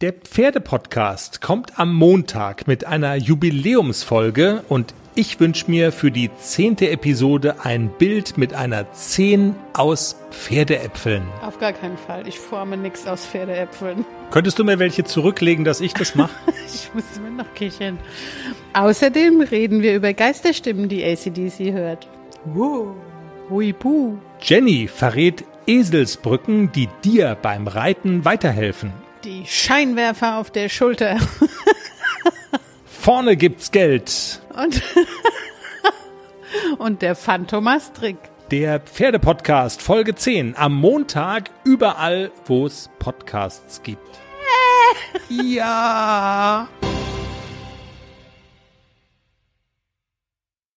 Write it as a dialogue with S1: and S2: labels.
S1: Der Pferdepodcast kommt am Montag mit einer Jubiläumsfolge und ich wünsche mir für die zehnte Episode ein Bild mit einer 10 aus Pferdeäpfeln.
S2: Auf gar keinen Fall. Ich forme nichts aus Pferdeäpfeln.
S1: Könntest du mir welche zurücklegen, dass ich das mache?
S2: Ich muss mir noch kichern. Außerdem reden wir über Geisterstimmen, die ACDC hört. Wow. Hui puh.
S1: Jenny verrät Eselsbrücken, die dir beim Reiten weiterhelfen.
S2: Die Scheinwerfer auf der Schulter.
S1: Vorne gibt's Geld.
S2: Und, und der Phantomastrick.
S1: Der Pferdepodcast Folge 10 am Montag überall, wo es Podcasts gibt. ja.